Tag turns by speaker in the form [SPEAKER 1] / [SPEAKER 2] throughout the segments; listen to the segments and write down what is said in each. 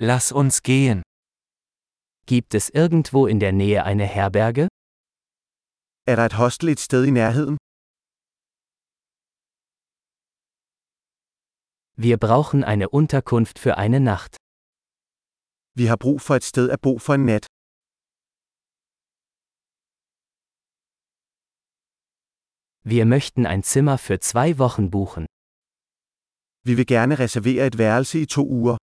[SPEAKER 1] Lass uns gehen.
[SPEAKER 2] Gibt es irgendwo in der Nähe eine Herberge?
[SPEAKER 3] Er der et hostel et sted i nærheden?
[SPEAKER 2] Wir brauchen eine Unterkunft für eine Nacht.
[SPEAKER 3] Vi har brug for et sted at bo for en nat.
[SPEAKER 2] Wir möchten ein Zimmer für zwei Wochen buchen.
[SPEAKER 3] Vi vil gerne reservere et værelse i to uger.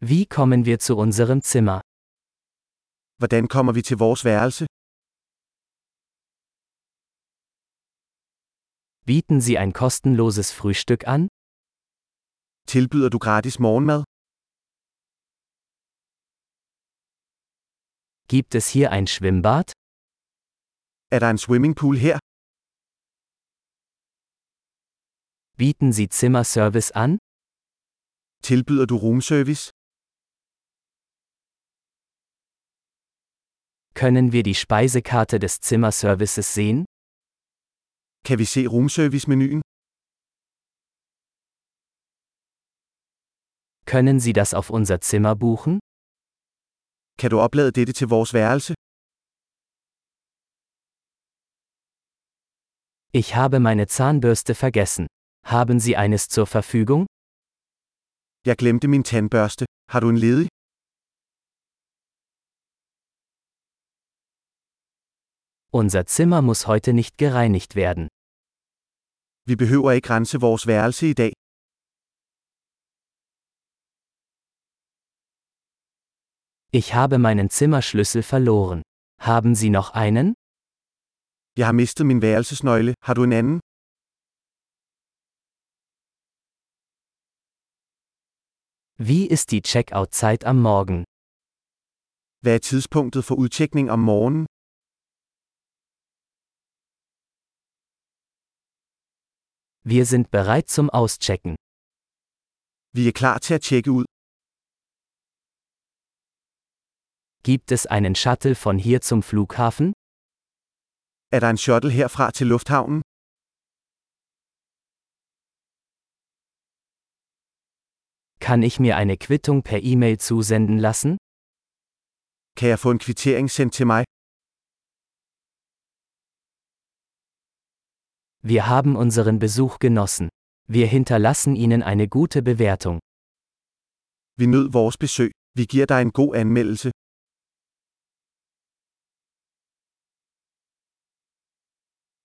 [SPEAKER 2] Wie kommen wir zu unserem Zimmer?
[SPEAKER 3] Hvordan kommer vi til vores værelse?
[SPEAKER 2] Bieten Sie ein kostenloses Frühstück an?
[SPEAKER 3] Tilbyder du gratis morgenmad?
[SPEAKER 2] Gibt es hier ein Schwimmbad?
[SPEAKER 3] Er der en swimmingpool her?
[SPEAKER 2] Bieten Sie Zimmerservice an?
[SPEAKER 3] Tilbyder du roomservice?
[SPEAKER 2] Können wir die Speisekarte des Zimmerservices sehen?
[SPEAKER 3] Kan vi se roomservice-menuen?
[SPEAKER 2] Können Sie das auf unser Zimmer buchen?
[SPEAKER 3] Kan du oplade dette til vores værelse?
[SPEAKER 2] Ich habe meine Zahnbürste vergessen. Haben Sie eines zur Verfügung?
[SPEAKER 3] Jeg glemte min tandbørste. Har du en ledig?
[SPEAKER 2] Unser Zimmer muss heute nicht gereinigt werden.
[SPEAKER 3] Vi behøver ikke rense vores værelse i dag.
[SPEAKER 2] Ich habe meinen Zimmerschlüssel verloren. Haben Sie noch einen?
[SPEAKER 3] Jeg har mistet min værelsesnøgle. Har du en anden?
[SPEAKER 2] Wie ist die Checkout-Zeit am Morgen?
[SPEAKER 3] Hvad er tidspunktet for udtjekning om morgenen?
[SPEAKER 2] Wir sind bereit zum Auschecken.
[SPEAKER 3] Vi er klar til at tjekke ud.
[SPEAKER 2] Gibt es einen Shuttle von hier zum Flughafen?
[SPEAKER 3] Er der en shuttle herfra til lufthavnen?
[SPEAKER 2] Kann ich mir eine Quittung per E-Mail zusenden lassen?
[SPEAKER 3] Kan jeg få en kvittering sendt til mig?
[SPEAKER 2] Wir haben unseren Besuch genossen. Wir hinterlassen Ihnen eine gute Bewertung.
[SPEAKER 3] Vi nød vores besøg. Vi giver dig en god anmeldelse.